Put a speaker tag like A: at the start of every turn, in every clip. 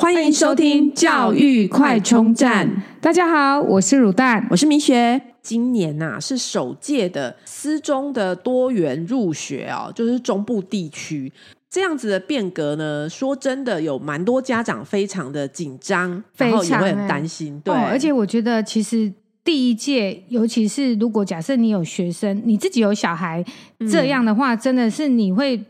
A: 欢迎收听教育快充站。
B: 大家好，我是乳蛋。
A: 我是明学。今年呐、是首届的私中的多元入学哦，就是中部地区这样子的变革呢。说真的，有蛮多家长非常的紧张，然后也
B: 非常
A: 会很
B: 欸
A: 担心。对，
B: 哦而且我觉得其实第一届，尤其是如果假设你有学生，你自己有小孩，
A: 嗯
B: 这样的话，真的是你会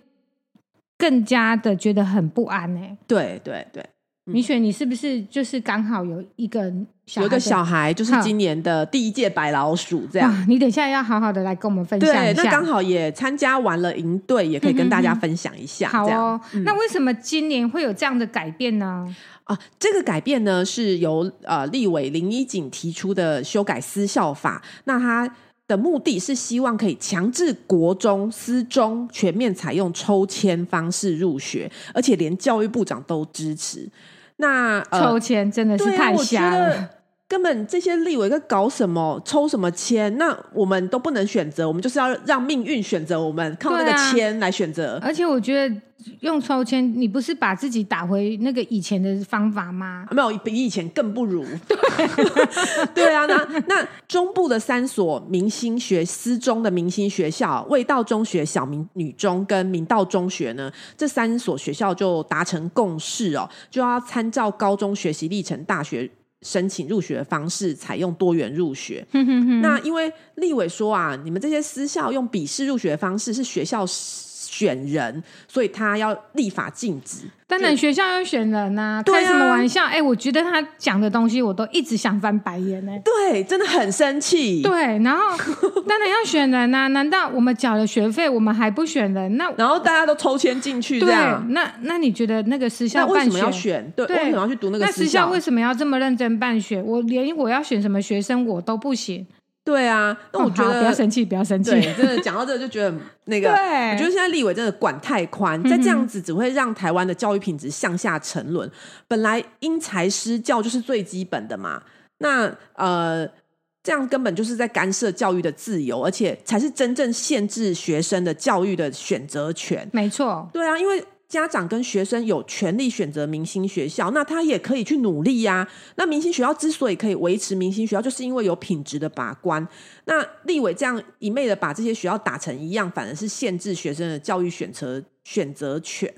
B: 更加的觉得很不安哎、
A: 对对对，嗯
B: 米雪，你是不是就是刚好有一个小
A: 有一个
B: 孩的
A: 小孩就是
B: 哼
A: 今年的第一届白老鼠这 样。
B: 哇？啊你等一下要好好的来跟我们分享
A: 对
B: 一，下。
A: 那刚好也参加完了营队，也可以跟大家
B: 嗯哼哼
A: 分享一下。
B: 好
A: 这样
B: 哦、
A: 嗯
B: 那为什么今年会有这样的改变呢？
A: 啊，这个改变呢是由呃立委林依锦提出的修改私校法，那他。的目的是希望可以强制国中、私中全面采用抽签方式入学，而且连教育部长都支持。那呃，
B: 抽签真的是
A: 对啊
B: 太
A: 我觉
B: 瞎
A: 得
B: 了。
A: 根本这些立委在搞什么？抽什么签？那我们都不能选择，我们就是要让命运选择我们，靠那个
B: 对啊
A: 签来选 择。
B: 而且我觉得用抽签，你不是把自己打回那个以前的方法吗？
A: 没有比以前更不如。 对，对 啊，那那中部的三所明星学私中的明星学校，卫道中学、小明女中跟明道中学呢，这三所学校就达成共识哦，就要参照高中学习历程、大学。申请入学的方式采用多元入学。那因为立委说啊，你们这些私校用笔试入学的方式是学校选人，所以他要立法禁止。
B: 当然，学校要选人呐、
A: 对啊
B: 开什么玩笑？哎、我觉得他讲的东西，我都一直想翻白眼呢、
A: 对，真的很生气。
B: 对，然后当然要选人呐、难道我们缴了学费，我们还不选人？那
A: 然后大家都抽签进去这
B: 对
A: 样，，
B: 那那你觉得那个私
A: 那
B: 校
A: 为
B: 办
A: 什么
B: 学
A: 要？选？对，
B: 对
A: 为什么要去读那个
B: 那
A: 私
B: 私
A: 校
B: 校？为什么要这么认真办学？我连我要选什么学生我都不行。
A: 对啊，那我
B: 哦
A: 觉
B: 好
A: 得、
B: 不要生气，不要生气。
A: 对，真的讲到这个就觉得那个，
B: 对嗯
A: 我觉得现在立委真的管太宽，再这样子只会让台湾的教育品质向下沉沦。本来因材施教就是最基本的嘛，那呃。这样根本就是在干涉教育的自由，而且才是真正限制学生的教育的选择权。
B: 没错，
A: 对啊，因为家长跟学生有权利选择明星学校，那他也可以去努力呀、那明星学校之所以可以维持明星学校，就是因为有品质的把关。那立委这样一昧的把这些学校打成一样，反而是限制学生的教育选择选择权。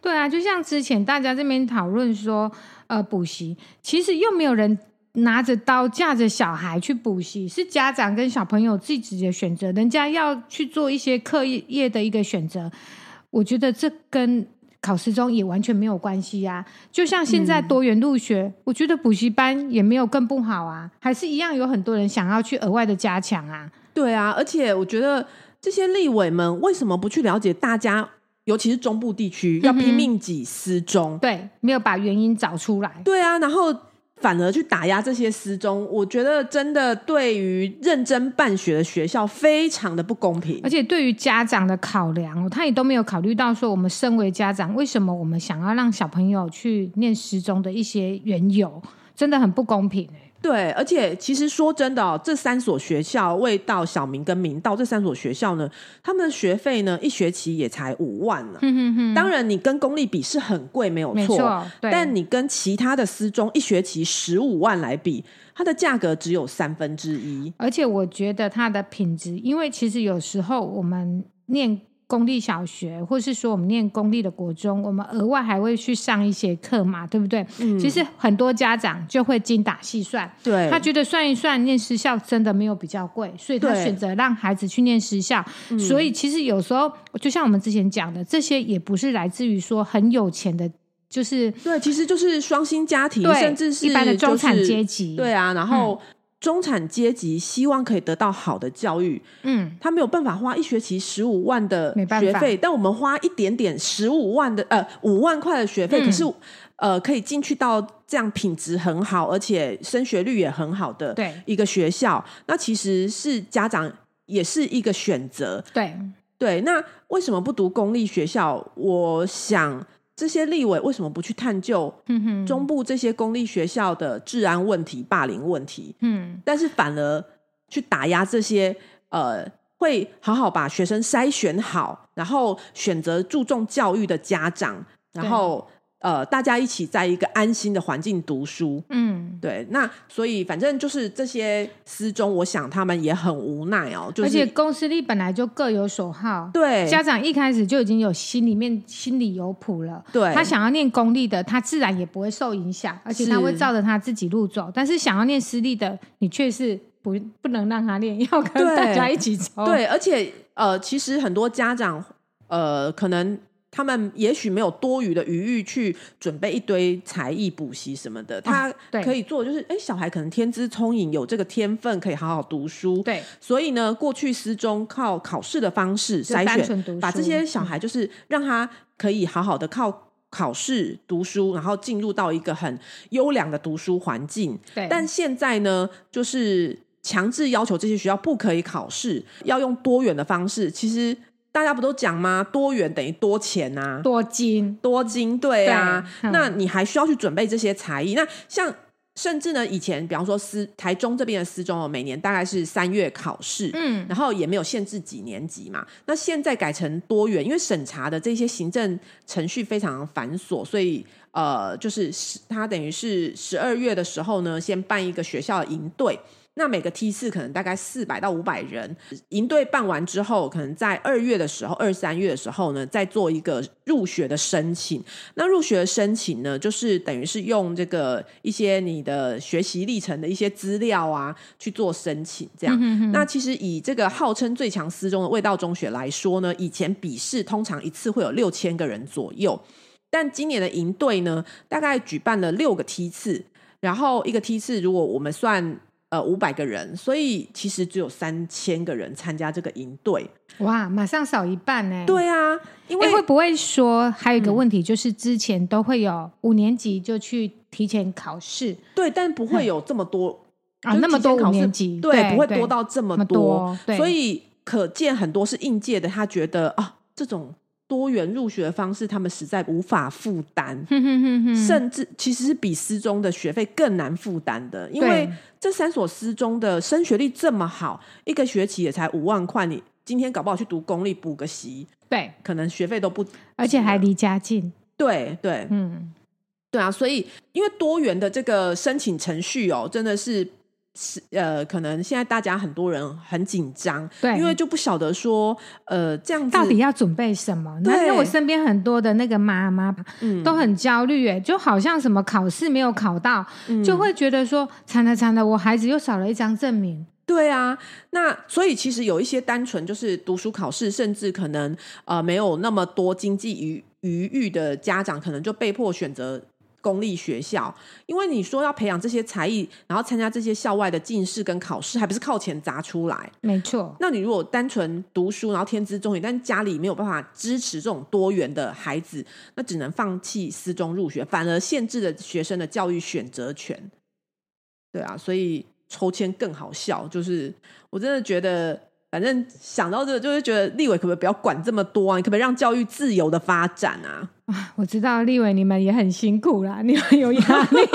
B: 对啊，就像之前大家这边讨论说，呃，补习其实又没有人拿着刀架着小孩去补习，是家长跟小朋友自己的选择，人家要去做一些课业的一个选择。我觉得这跟考试中也完全没有关系呀、就像现在多元入学，我觉得补习班也没有更不好啊，还是一样有很多人想要去额外的加强啊。
A: 对啊，而且我觉得这些立委们为什么不去了解大家，尤其是中部地区要拼命挤私中？
B: 对，没有把原因找出来。
A: 对啊，然后反而去打压这些失踪，我觉得真的对于认真办学的学校非常的不公平
B: 而。且对于家长的考量哦，他也都没有考虑到说，我们身为家长，为什么我们想要让小朋友去念失踪的一些缘由，真的很不公平哎、
A: 对，而且其实说真的哦，这三所学校，味道、小明跟明道这三所学校呢，他们的学费呢，一学期也才五万呢、
B: 嗯哼哼哼，
A: 当然，你跟公立比是很贵，没有
B: 没错，对，
A: 但你跟其他的私中一学期十五万来比，它的价格只有三分之一。
B: 而且我觉得它的品质，因为其实有时候我们念公立小学，或是说我们念公立的国中，我们额外还会去上一些课嘛，对不对？其实很多家长就会精打细算，
A: 对，
B: 他觉得算一算，念私校真的没有比较贵，所以他
A: 对嗯
B: 选择让孩子去念私校。所以其实有时候，就像我们之前讲的，这些也不是来自于说很有钱的，就是
A: 对，其实就是双薪家庭，
B: 对
A: 甚至是
B: 一般的中产
A: 就是
B: 阶级。
A: 对，啊，然后
B: 嗯
A: 中产阶级希望可以得到好的教育，
B: 嗯，
A: 他没有办法花一学期十五万的
B: 没办
A: 学
B: 法
A: 费，但我们花一点点十五万的呃五万块的学费，可
B: 嗯
A: 是呃可以进去到这样品质很好，而且升学率也很好的
B: 对
A: 一个学校，那其实是家长也是一个选择，
B: 对，
A: 对，那为什么不读公立学校？我想这些立委为什么不去探究
B: 嗯哼，
A: 中部这些公立学校的治安问题、霸凌问题，
B: 嗯，
A: 但是反而去打压这些呃，会好好把学生筛选好，然后选择注重教育的家长，然后呃，大家一起在一个安心的环境读书。
B: 嗯，
A: 对，那所以反正就是这些私中，我想他们也很无奈哦，就
B: 而且
A: 是
B: 公司力本来就各有所好，
A: 对
B: 家长一开始就已经有心里面心里有谱了。
A: 对，
B: 他想要念公立的，他自然也不会受影响，而且
A: 是
B: 他会照着他自己路走。但是想要念私立的，你却是不不能让他念，要跟
A: 对
B: 大家一起走。，
A: 对，而且呃，其实很多家长呃，可能他们也许没有多余的余裕去准备一堆才艺补习什么的，他
B: 哦对
A: 可以做的就是，哎、小孩可能天资聪颖，有这个天分，可以好好读书。
B: 对，
A: 所以呢，过去私中靠考试的方式
B: 就
A: 筛
B: 单纯读
A: 选，把
B: 书嗯
A: 这些小孩就是让他可以好好的靠。考试、读书，然后进入到一个很优良的读书环境。
B: 对
A: 但现在呢，就是强制要求这些学校不可以考试，要用多元的方式。其实大家不都讲吗？多元等于多钱啊，
B: 多金，
A: 多金对啊。
B: 对嗯
A: 那你还需要去准备这些才艺。那像甚至呢，以前比方说私台中这边的私中哦，每年大概是三月考试，
B: 嗯，
A: 然后也没有限制几年级嘛。那现在改成多元，因为审查的这些行政程序非常繁琐，所以呃，就是十它等于是十二月的时候呢，先办一个学校的营队。那每个梯次可能大概四百到五百人，营队办完之后，可能在二月的时候、二三月的时候呢，再做一个入学的申请。那入学的申请呢，就是等于是用这个一些你的学习历程的一些资料啊去做申请，这样。那其实以这个号称最强私中的味道中学来说呢，以前笔试通常一次会有六千个人左右，但今年的营队呢，大概举办了六个梯次，然后一个梯次如果我们算。呃，五百个人，所以其实只有三千个人参加这个营队。
B: 哇，马上少一半呢、。
A: 对啊，因为、
B: 嗯欸、会不会说还有一个问题，就是之前都会有五年级就去提前考试
A: 对，但不会有这么多
B: 嗯啊，
A: 就是
B: 那么多
A: 提前
B: 五
A: 考试
B: 年级，
A: 对，不会
B: 对
A: 多到这么
B: 那么多对
A: 所以可见很多是应届的，他觉得啊，这种多元入学方式，他们实在无法负担。
B: 哼哼哼哼
A: 甚至其实是比私中的学费更难负担的，因
B: 对
A: 为这三所私中的升学率这么好，一个学期也才五万块，你今天搞不好去读公立补个习，
B: 对，
A: 可能学费都不
B: 而且还离家近，
A: 对对
B: 嗯，
A: 对啊，所以因为多元的这个申请程序哦，真的是是呃，可能现在大家很多人很紧张，
B: 对
A: 因为就不晓得说呃这样子
B: 到底要准备什么？
A: 对
B: 那那我身边很多的那个妈妈
A: 嗯
B: 都很焦虑，哎，就好像什么考试没有考到，
A: 嗯
B: 就会觉得说惨了惨了，我孩子又少了一张证明，
A: 对啊，那所以其实有一些单纯就是读书考试，甚至可能呃没有那么多经济余余裕的家长，可能就被迫选择公立学校，因为你说要培养这些才艺，然后参加这些校外的进士跟考试，还不是靠钱砸出来？
B: 没错，
A: 那你如果单纯读书，然后天资聪颖，但家里没有办法支持这种多元的孩子，那只能放弃私中入学，反而限制了学生的教育选择权。对啊，所以抽签更好笑。就是我真的觉得，反正想到这个，就会觉得立委可不可以不要管这么多啊？你可不可以让教育自由的发展啊？
B: 我知道立伟你们也很辛苦啦， 你们有压 力，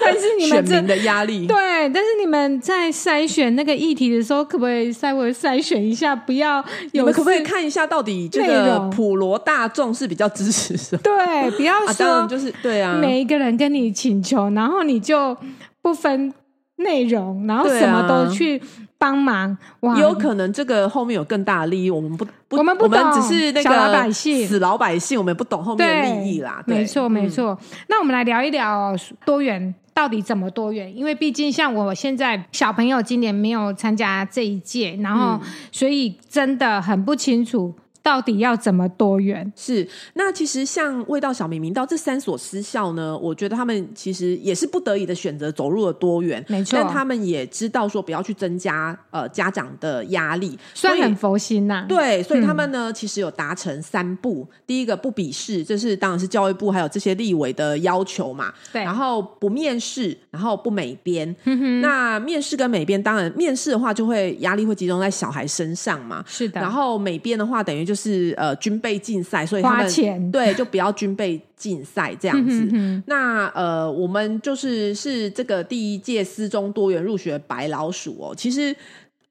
B: 但是你
A: 选
B: 们这
A: 民的压力，
B: 对，但是你们在筛选那个议题的时候，可不可以稍微筛选一下，不要
A: 你
B: 有
A: 们可不可以
B: 事
A: 看一下到底这
B: 内
A: 个
B: 容
A: 普罗大众是比较支持什么？
B: 对，不要
A: 啊，当
B: 说
A: 然就是对啊，
B: 每一个人跟你请求，然后你就不分内容，然后
A: 对啊
B: 什么都去帮忙，哇，
A: 也有可能这个后面有更大的利益，我们不，不
B: 我们不
A: 我们
B: 懂
A: 只是那个
B: 小老百姓
A: 死老百姓，我们不懂后面的
B: 对
A: 利益啦。对嗯
B: 没错，没。错。那我们来聊一聊多元到底怎么多元，因为毕竟像我现在小朋友今年没有参加这一届，然后
A: 嗯
B: 所以真的很不清楚到底要怎么多元。
A: 是，那其实像味道小明明道这三所私校呢，我觉得他们其实也是不得已的选择走入了多元，
B: 没错
A: 但他们也知道说不要去增加呃家长的压力，
B: 虽
A: 所
B: 然
A: 以
B: 很佛心呐、
A: 对，所以他
B: 嗯
A: 们呢，其实有达成三步。第一个不笔试，这是当然是教育部还有这些立委的要求嘛。
B: 对嗯
A: 然后不面试，然后不美编。那面试跟美编，当然面试的话就会压力会集中在小孩身上嘛。
B: 是的，
A: 然后美编的话，等于就是呃军备竞赛，所以他
B: 花
A: 们
B: 钱
A: 对就不要军备竞赛这
B: 嗯
A: 样 子。那呃，我们就是是这个第一届私中多元入学白老鼠哦，其实。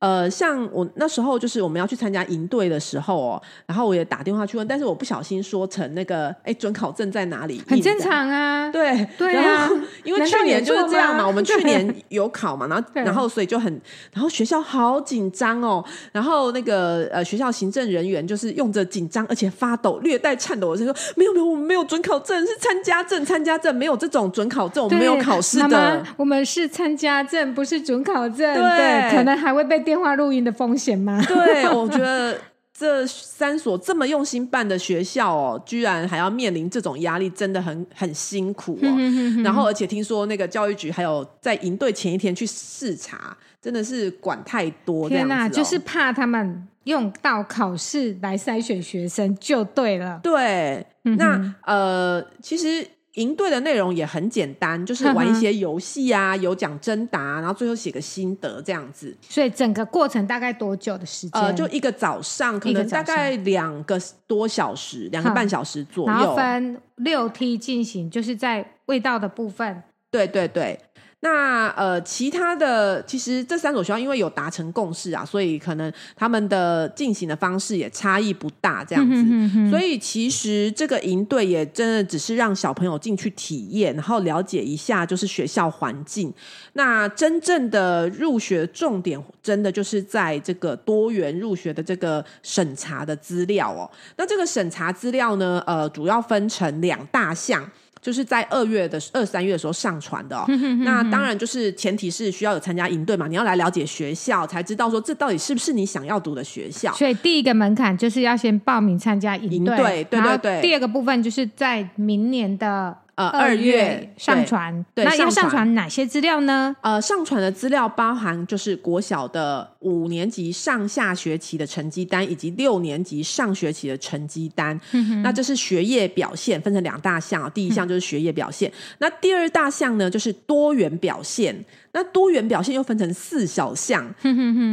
A: 呃，像我那时候就是我们要去参加营队的时候哦，然后我也打电话去问，但是我不小心说成那个哎准考证在哪里，
B: 很正
A: 印在
B: 常 啊。
A: 对
B: 对
A: 然
B: 啊
A: 后因为
B: 难
A: 去
B: 道
A: 年
B: 有
A: 就是
B: 错
A: 这样
B: 吗
A: 嘛，我们去
B: 对
A: 年有考嘛，然后
B: 对
A: 然后所以就很，然后学校好紧张哦，然后那个呃学校行政人员就是用着紧张而且发抖、略带颤抖的声音说：“没有没有，我们没有准考证，是参加证，参加证没有这种准考证，我们没有
B: 对
A: 考试
B: 妈
A: 的
B: 妈。我们是参加证，不是准考证，
A: 对
B: 可能还会被电话录音的风险 吗？
A: 对，我觉得。这三所这么用心办的学校哦，居然还要面临这种压力，真的很很辛苦哦。然
B: 嗯
A: 后，而且听说那个教育局还有在营队前一天去视察，真的是管太多这样
B: 天
A: 子、哦。
B: 就是怕他们用到考试来筛选学生就对了。
A: 对，
B: 嗯
A: 那呃，其实营队的内容也很简单，就是玩一些游戏啊，有奖征答，然后最后写个心得这样子。
B: 所以整个过程大概多久的时间？
A: 呃，就一个早上，可
B: 一个
A: 能
B: 早
A: 大
B: 上
A: 概两个多小时，两个
B: 哼
A: 半小时左
B: 然后
A: 右。
B: 分六梯进行，就是在味道的部分。
A: 对对对。那呃，其他的其实这三所学校因为有达成共识啊，所以可能他们的进行的方式也差异不大，这样
B: 嗯
A: 子。所以其实这个营队也真的只是让小朋友进去体验，然后了解一下就是学校环境。那真正的入学重点，真的就是在这个多元入学的这个审查的资料哦。那这个审查资料呢，呃，主要分成两大项。就是在二月的二三月的时候上传的哦。那当然就是前提是需要有参加营队嘛，你要来了解学校，才知道说这到底是不是你想要读的学校。
B: 所以第一个门槛就是要先报名参加营
A: 营队对对
B: 然后
A: 对
B: 第二个部分就是在明年的
A: 呃
B: 二
A: 二
B: 月
A: 月
B: 上
A: 对
B: 传。
A: 对
B: 那要
A: 上
B: 上
A: 传
B: 传哪些资料呢？
A: 呃，上传的资料包含就是国小的五年级上下学期的成绩单，以及六年级上学期的成绩单。那这是学业表现，分成两大项啊。第一项就是学业表现，那第二大项呢就是多元表现。那多元表现又分成四小 项，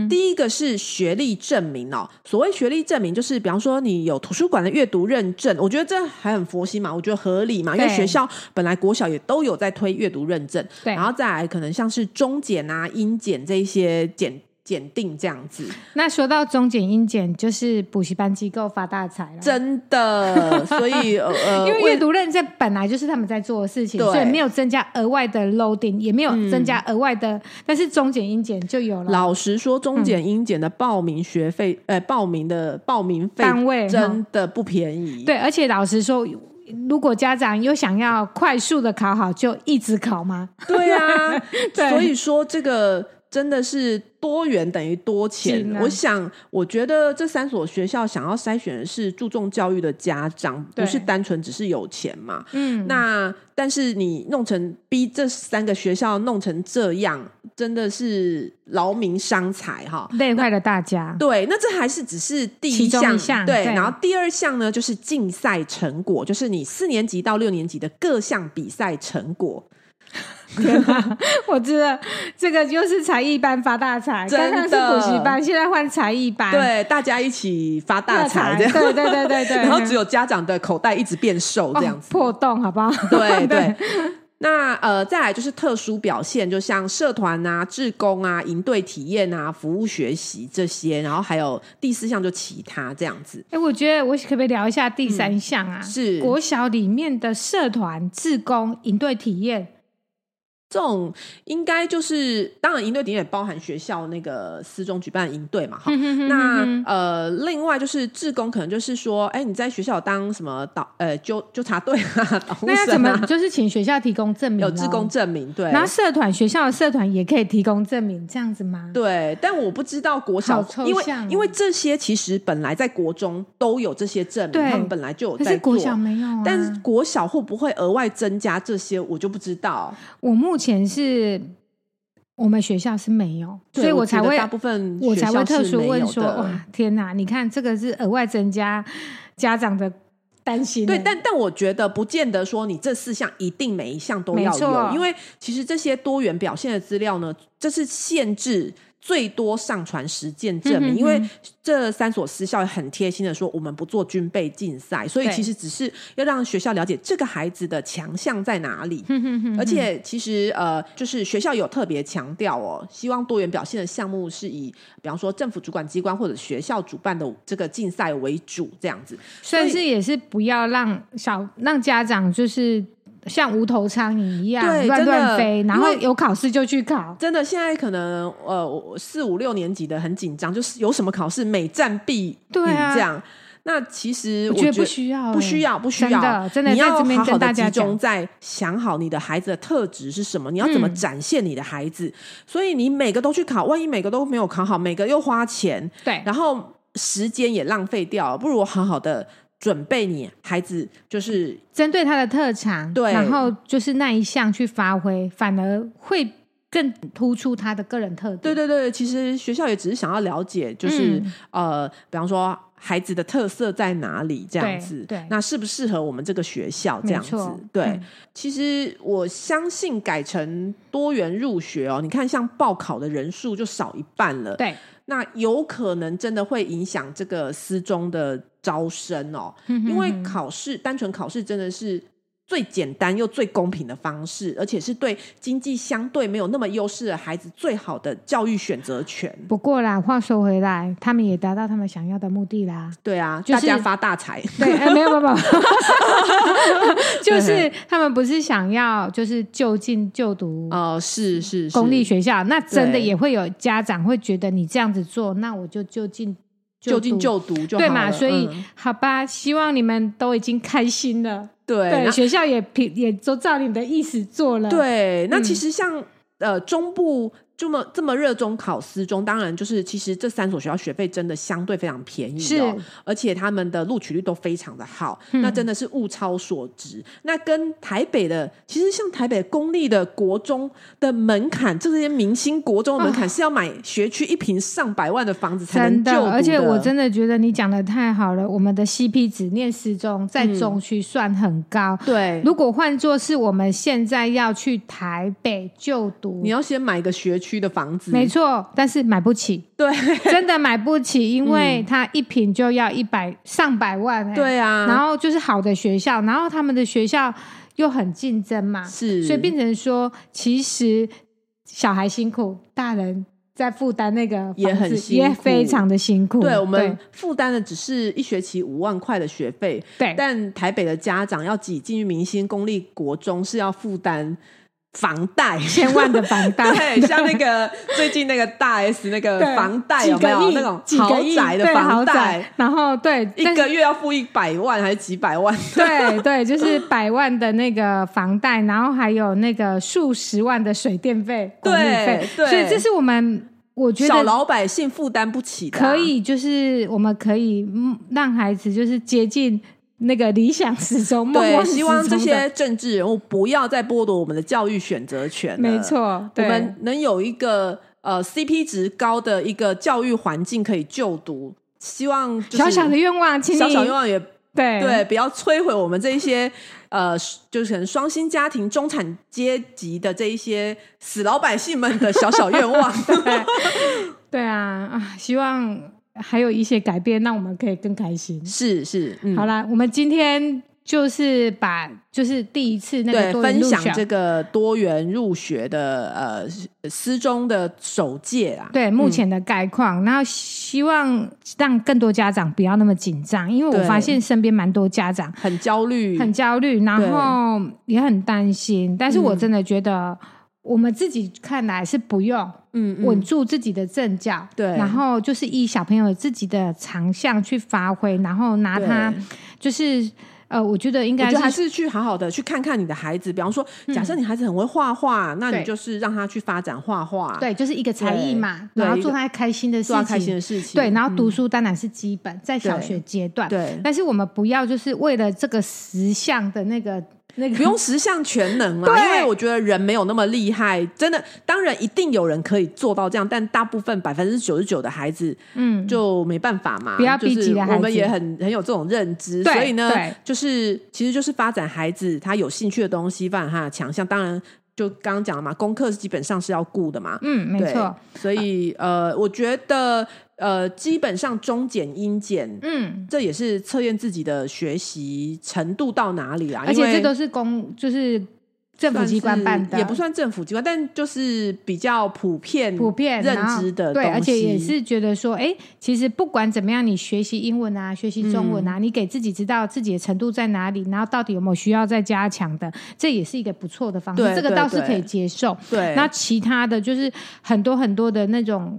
A: 第一个是学历证明哦。所谓学历证明，就是比方说你有图书馆的阅读认证，我觉得这还很佛心嘛，我觉得合理嘛，因为
B: 对
A: 学校本来国小也都有在推阅读认证，
B: 对
A: 然后再来可能像是中检啊、英检这一些检检定这样 子，
B: 那说到中检、英检，就是补习班机构发大财了。
A: 真的，所以呃呃，
B: 因为
A: 为
B: 阅读认证本来就是他们在做的事情，
A: 对
B: 所以没有增加额外的 loading，也没有增加额外的，但是中检、英检就有了。
A: 老实说，中
B: 嗯
A: 检、英检的报名学费，呃，报名的报名费
B: 单位
A: 真的不便宜。
B: 对，而且老实说，如果家长又想要快速的考好，就一直考吗？
A: 对啊
B: 对，
A: 所以说这个真的是多元等于多钱
B: 是。啊
A: 我想，我觉得这三所学校想要筛选的是注重教育的家长，
B: 对
A: 不是单纯只是有钱嘛。
B: 嗯，
A: 那但是你弄成逼这三个学校弄成这样，真的是劳民伤财哈。
B: 累坏了大家。
A: 对，那这还是只是第
B: 嗯其
A: 一
B: 中
A: 项，
B: 一项
A: 对。
B: 对
A: 然后第二项呢，就是竞赛成果，就是你四年级到六年级的各项比赛成果。
B: 我知道这个就是才艺班发大财，
A: 真
B: 刚
A: 的
B: 刚是补习班，现在换才艺班，
A: 对，大家一起发大
B: 大
A: 财
B: 财，
A: 这
B: 对
A: 样。
B: 对对对对。
A: 然后只有家长的口袋一直变瘦这样
B: 哦
A: 子。
B: 破洞，好不好？
A: 对对。那呃，再来就是特殊表现，就像社团啊、志工啊、营队体验啊、服务学习这些，然后还有第四项就其他这样子。
B: 哎，我觉得我可不可以聊一下第三项啊？
A: 嗯是
B: 国小里面的社团、志工、营队体验，
A: 这种应该就是，当然营队点也包含学校那个私中举办的营队嘛，
B: 嗯
A: 哈。那呃，另外就是志工，可能就是说，哎，你在学校当什么导呃纠纠察队啊、导护
B: 那要怎
A: 生
B: 么
A: 啊，
B: 就是请学校提供证明？
A: 有志工，证明，对，
B: 然后社团学校的社团也可以提供证明，这样子吗？
A: 对，但我不知道国小
B: 好抽，
A: 因为
B: 象哦
A: 因为这些其实本来在国中都有这些证
B: 对
A: 明，他们本来就有
B: 可
A: 在
B: 是
A: 做。
B: 国小没有啊。
A: 但是国小会不会额外增加这些，我就不知道。
B: 我目前是我们学校是没有，
A: 对
B: 所以
A: 我
B: 才
A: 觉得
B: 会
A: 大部分
B: 我才
A: 学
B: 会
A: 校
B: 特
A: 是
B: 殊
A: 没
B: 问
A: 有
B: 说，哦
A: 的
B: 哇，天哪！你看这个是额外增加家长的担心欸。
A: 对，但但我觉得不见得说你这四项一定每一项都
B: 没
A: 要
B: 错
A: 有，因为其实这些多元表现的资料呢，这是限制最多上传实践证明，
B: 嗯哼
A: 因为这三所私校很贴心的说，我们不做军备竞赛，所以
B: 对
A: 其实只是要让学校了解这个孩子的强项在哪里。
B: 嗯
A: 而且其实呃，就是学校有特别强调哦，希望多元表现的项目是以，比方说政府主管机关或者学校主办的这个竞赛为主，这样子。
B: 甚
A: 所
B: 至也是不要让小让家长就是像无头苍蝇一样
A: 对
B: 乱
A: 真的
B: 乱飞，然后
A: 因为
B: 有考试就去考。
A: 真的，现在可能呃我四五六年级的很紧张，就是有什么考试每战必赢
B: 对啊
A: 这样。那其实
B: 我
A: 我觉
B: 觉得
A: 得
B: 不需要、欸
A: 不需
B: 要。
A: 要，不需
B: 真
A: 要
B: 的，真的
A: 你
B: 在
A: 要
B: 这边
A: 好好
B: 跟
A: 的
B: 大
A: 集
B: 家
A: 中
B: 讲
A: 在想好你的孩子的特质是什么，你要怎么
B: 嗯
A: 展现你的孩子。所以你每个都去考，万一每个都没有考好，每个又花钱，
B: 对，
A: 然后时间也浪费掉了，不如我好好的准备你孩子，就是
B: 针对他的特长，
A: 对
B: 然后就是那一项去发挥，反而会更突出他的个人特点。
A: 对对对，其实学校也只是想要了解，就是、
B: 嗯
A: 呃，比方说孩子的特色在哪里这样
B: 对
A: 子，
B: 对
A: 那适不适合我们这个学校这
B: 没
A: 样子
B: 错，
A: 对。
B: 嗯
A: 其实我相信改成多元入学哦，你看像报考的人数就少一半了，
B: 对，
A: 那有可能真的会影响这个私中的招生哦，
B: 因
A: 因为考试单纯考试真的是最简单又最公平的方式，而且是对经济相对没有那么优势的孩子最好的教育选择权。
B: 不过啦，话说回来，他们也达到他们想要的目的啦。
A: 对啊，
B: 就
A: 大
B: 是
A: 家发大财。
B: 对，哎没有没有，没有就是他们不是想要就是就近就读
A: 呃，是是是
B: 公立学校，那真的
A: 对
B: 也会有家长会觉得你这样子做，那我就就近
A: 就近
B: 读
A: 就读就好
B: 对嘛？
A: 了
B: 所以、
A: 嗯
B: 好吧，希望你们都已经开心了，
A: 对
B: 对，
A: 那
B: 学校也平也都照你们的意思做了，
A: 对，那
B: 嗯
A: 其实像、呃中部这么这么热衷考私中，当然就是其实这三所学校学费真的相对非常便宜、
B: 是
A: 哦，而且他们的录取率都非常的好，
B: 嗯
A: 那真的是物超所值。那跟台北的，其实像台北公立的国中的门槛，这些明星国中的门槛是要买学区一平上百万的房子才
B: 啊真
A: 能就读
B: 的，而且我真
A: 的
B: 的觉得你讲的太好了。我们的 CP 值念十中，在
A: 嗯
B: 中区算很高。
A: 对。
B: 如果换作是我们现在要去台北就读
A: 你，要先买一个学区的房子，
B: 没错，但是买不起，
A: 对
B: 真的买不起，因为它一平就要一百上百万、欸。、
A: 对啊，
B: 然后就是好的学校，然后他们的学校又很竞争嘛，
A: 是
B: 所以变成说，其实小孩辛苦，大人在负担那个房子
A: 也很辛苦
B: 也非常的辛苦。
A: 对我们负担的只是一学期五万块的学费，
B: 对对
A: 但台北的家长要挤进明星公立国中是要负担房贷。
B: 千 万的房贷，
A: 对，像那个最近那个大 S 那个
B: 对
A: 房贷
B: 几
A: 有没
B: 个
A: 有
B: 亿
A: 那种
B: 几
A: 豪
B: 个亿
A: 宅的
B: 对
A: 房
B: 豪
A: 贷
B: 宅，然后对
A: 一
B: 但是
A: 个月要付一百万还是几百万？
B: 对对，就是百万的那个房贷，然后还有那个数十万的水电费、管理费，
A: 对对
B: 所以这是我们我觉
A: 小
B: 得
A: 老啊百姓负担不起的啊、
B: 可以，就是我们可以嗯让孩子就是接近那个理想始终，梦
A: 对，
B: 幻始
A: 希望这
B: 终的
A: 些政治人物不要再剥夺我们的教育选择权了。
B: 没错，
A: 呃我
B: 对
A: 们能有一个呃 CP 值高的一个教育环境可以就读，希望、就是、
B: 小小的愿望，请你
A: 小小愿望也
B: 对
A: 对，不要摧毁我们这一些呃，就是可能双薪家庭、中产阶级的这一些死老百姓们的小小愿 望。
B: 对啊啊，希望还有一些改变，让我们可以更开心。
A: 是是，嗯，
B: 好啦，我们今天就是把就是第一次那个
A: 对，
B: 多元
A: 分
B: 入
A: 享
B: 选
A: 这个多元入学的呃私中的首届啊，
B: 对目前的概
A: 嗯
B: 况，然后希望让更多家长不要那么紧张，因为我
A: 对
B: 发现身边蛮多家长
A: 很焦虑，
B: 很焦虑，然后也很担心。但是我真的觉得，我们自己看来是不用
A: 嗯
B: 稳
A: 嗯，
B: 住自己的阵脚，
A: 对
B: 然后就是以小朋友自己的长项去发挥，然后拿
A: 对
B: 他就是呃，我觉得应
A: 我
B: 该
A: 觉得还
B: 是嗯
A: 是去好好的去看看你的孩子，比方说，假设你孩子很会画画，那
B: 对
A: 你就是让他去发展画画，，
B: 对，就是一个才艺嘛，
A: 对
B: 然后
A: 一个
B: 做他开心的事
A: 做他开心
B: 情，
A: 的事情，
B: 对，然后读
A: 嗯
B: 书当然是基本，在小
A: 对
B: 学阶段，
A: 对，
B: 但是我们不要就是为了这个十项的那个那个
A: 不用十项全能啦，
B: 对
A: 因为我觉得人没有那么厉害，真的，当然一定有人可以做到这样，但大部分百分之九十九的孩子
B: 嗯，
A: 就没办法嘛。
B: 不要
A: 就
B: 逼急
A: 是
B: 了孩子
A: 我们也很很有这种认知，
B: 对
A: 所以呢
B: 对，
A: 就是其实就是发展孩子他有兴趣的东西，发展他的强项，当然。就刚刚讲了嘛，功课是基本上是要顾的嘛，
B: 嗯，没
A: 对
B: 错，，
A: 所以呃，我觉得呃，基本上中检、英检，
B: 嗯，
A: 这也是测验自己的学习程度到哪里啦。
B: 而且
A: 啊因为
B: 这都是公，就是政府
A: 算
B: 机关
A: 是
B: 办的，
A: 也不算政府机关，但就是比较普遍
B: 普遍
A: 认
B: 然后
A: 知的
B: 对，
A: 东
B: 而且也
A: 西
B: 是觉得说，哎，其实不管怎么样，你学习英文啊，学习中文
A: 嗯
B: 啊，你给自己知道自己的程度在哪里，然后到底有没有需要再加强的，这也是一个不错的方式
A: 对，
B: 这个
A: 对
B: 倒是可
A: 对
B: 以接受。
A: 对。
B: 那其他的就是很多很多的那种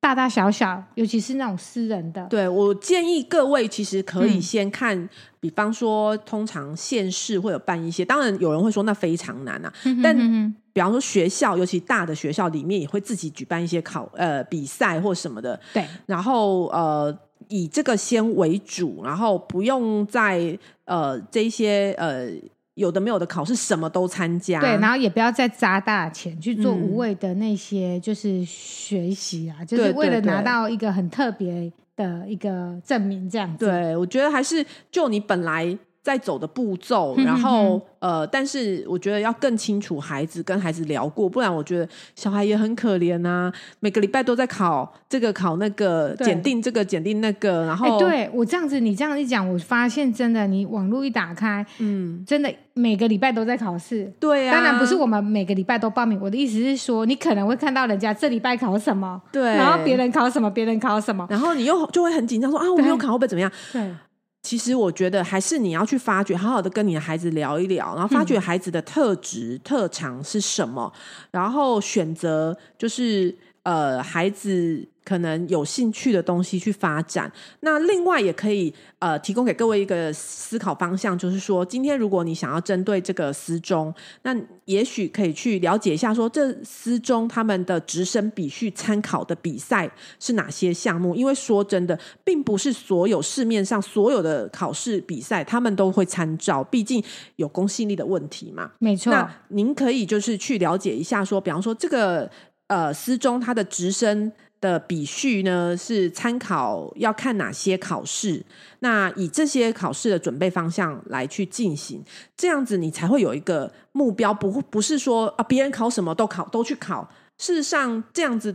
B: 大大小小，尤其是那种私人的，
A: 对我建议各位其实可以
B: 嗯
A: 先看，比方说通常县市会有办一些，当然有人会说那非常难啊，
B: 嗯哼
A: 但
B: 哼哼
A: 比方说学校，尤其大的学校里面也会自己举办一些考呃比赛或什么的，
B: 对，
A: 然后呃以这个先为主，然后不用在呃这些呃有的没有的考试什么都参加，
B: 对，然后也不要再砸大钱去做
A: 啊嗯
B: 无谓的那些就是学习啊，就
A: 对
B: 是为
A: 对
B: 了拿
A: 对
B: 到一个很特别的一个证明这样子。
A: 对，我觉得还是就你本来在走的步骤，
B: 嗯
A: 然
B: 哼
A: 后呃，但是我觉得要更清楚孩子，跟孩子聊过，不然我觉得小孩也很可怜啊，每个礼拜都在考这个考那个，
B: 对
A: 检定这个检定那个，然
B: 哎、
A: 后、，
B: 对我这样子，你这样一讲，我发现真的，你网络一打开，
A: 嗯，
B: 真的每个礼拜都在考试。
A: 对啊，
B: 当然不是我们每个礼拜都报名，我的意思是说，你可能会看到人家这礼拜考什么，
A: 对，
B: 然后别。人考什么，别人考什么。
A: 然后你又就会很紧张，说啊，我没有
B: 对
A: 考会不会怎么样？
B: 对，
A: 其实我觉得还是你要去发掘，好好的跟你的孩子聊一聊，然后发掘孩子的特质、特长是什么，然后选择就是呃孩子可能有兴趣的东西去发展。那另外也可以呃提供给各位一个思考方向，就是说今天如果你想要针对这个私中，那也许可以去了解一下说这私中他们的直升比序参考的比赛是哪些项目？因为说真的，并不是所有市面上所有的考试比赛他们都会参照，毕竟有公信力的问题嘛。
B: 没错。
A: 那您可以就是去了解一下说，比方说这个呃私中它的直升的比序呢是参考要看哪些考试，那以这些考试的准备方向来去进行，这样子你才会有一个目标，不不是说啊别人考什么都考都去考，事实上这样子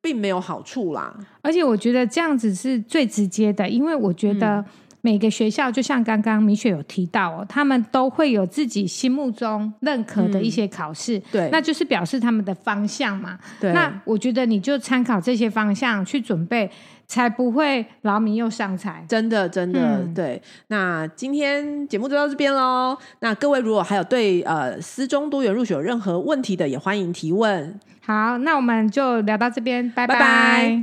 A: 并没有好处啦。
B: 而且我觉得这样子是最直接的，因为我觉
A: 嗯
B: 得每个学校就像刚刚米雪有提到哦，他们都会有自己心目中认可的一些考试，
A: 嗯对，
B: 那就是表示他们的方向嘛。
A: 对
B: 那我觉得你就参考这些方向去准备，才不会劳民又伤财。
A: 真的，真的，
B: 嗯
A: 对。那今天节目就到这边喽。那各位如果还有对呃私中多元入学有任何问题的，也欢迎提问。
B: 好，那我们就聊到这边，拜
A: 拜拜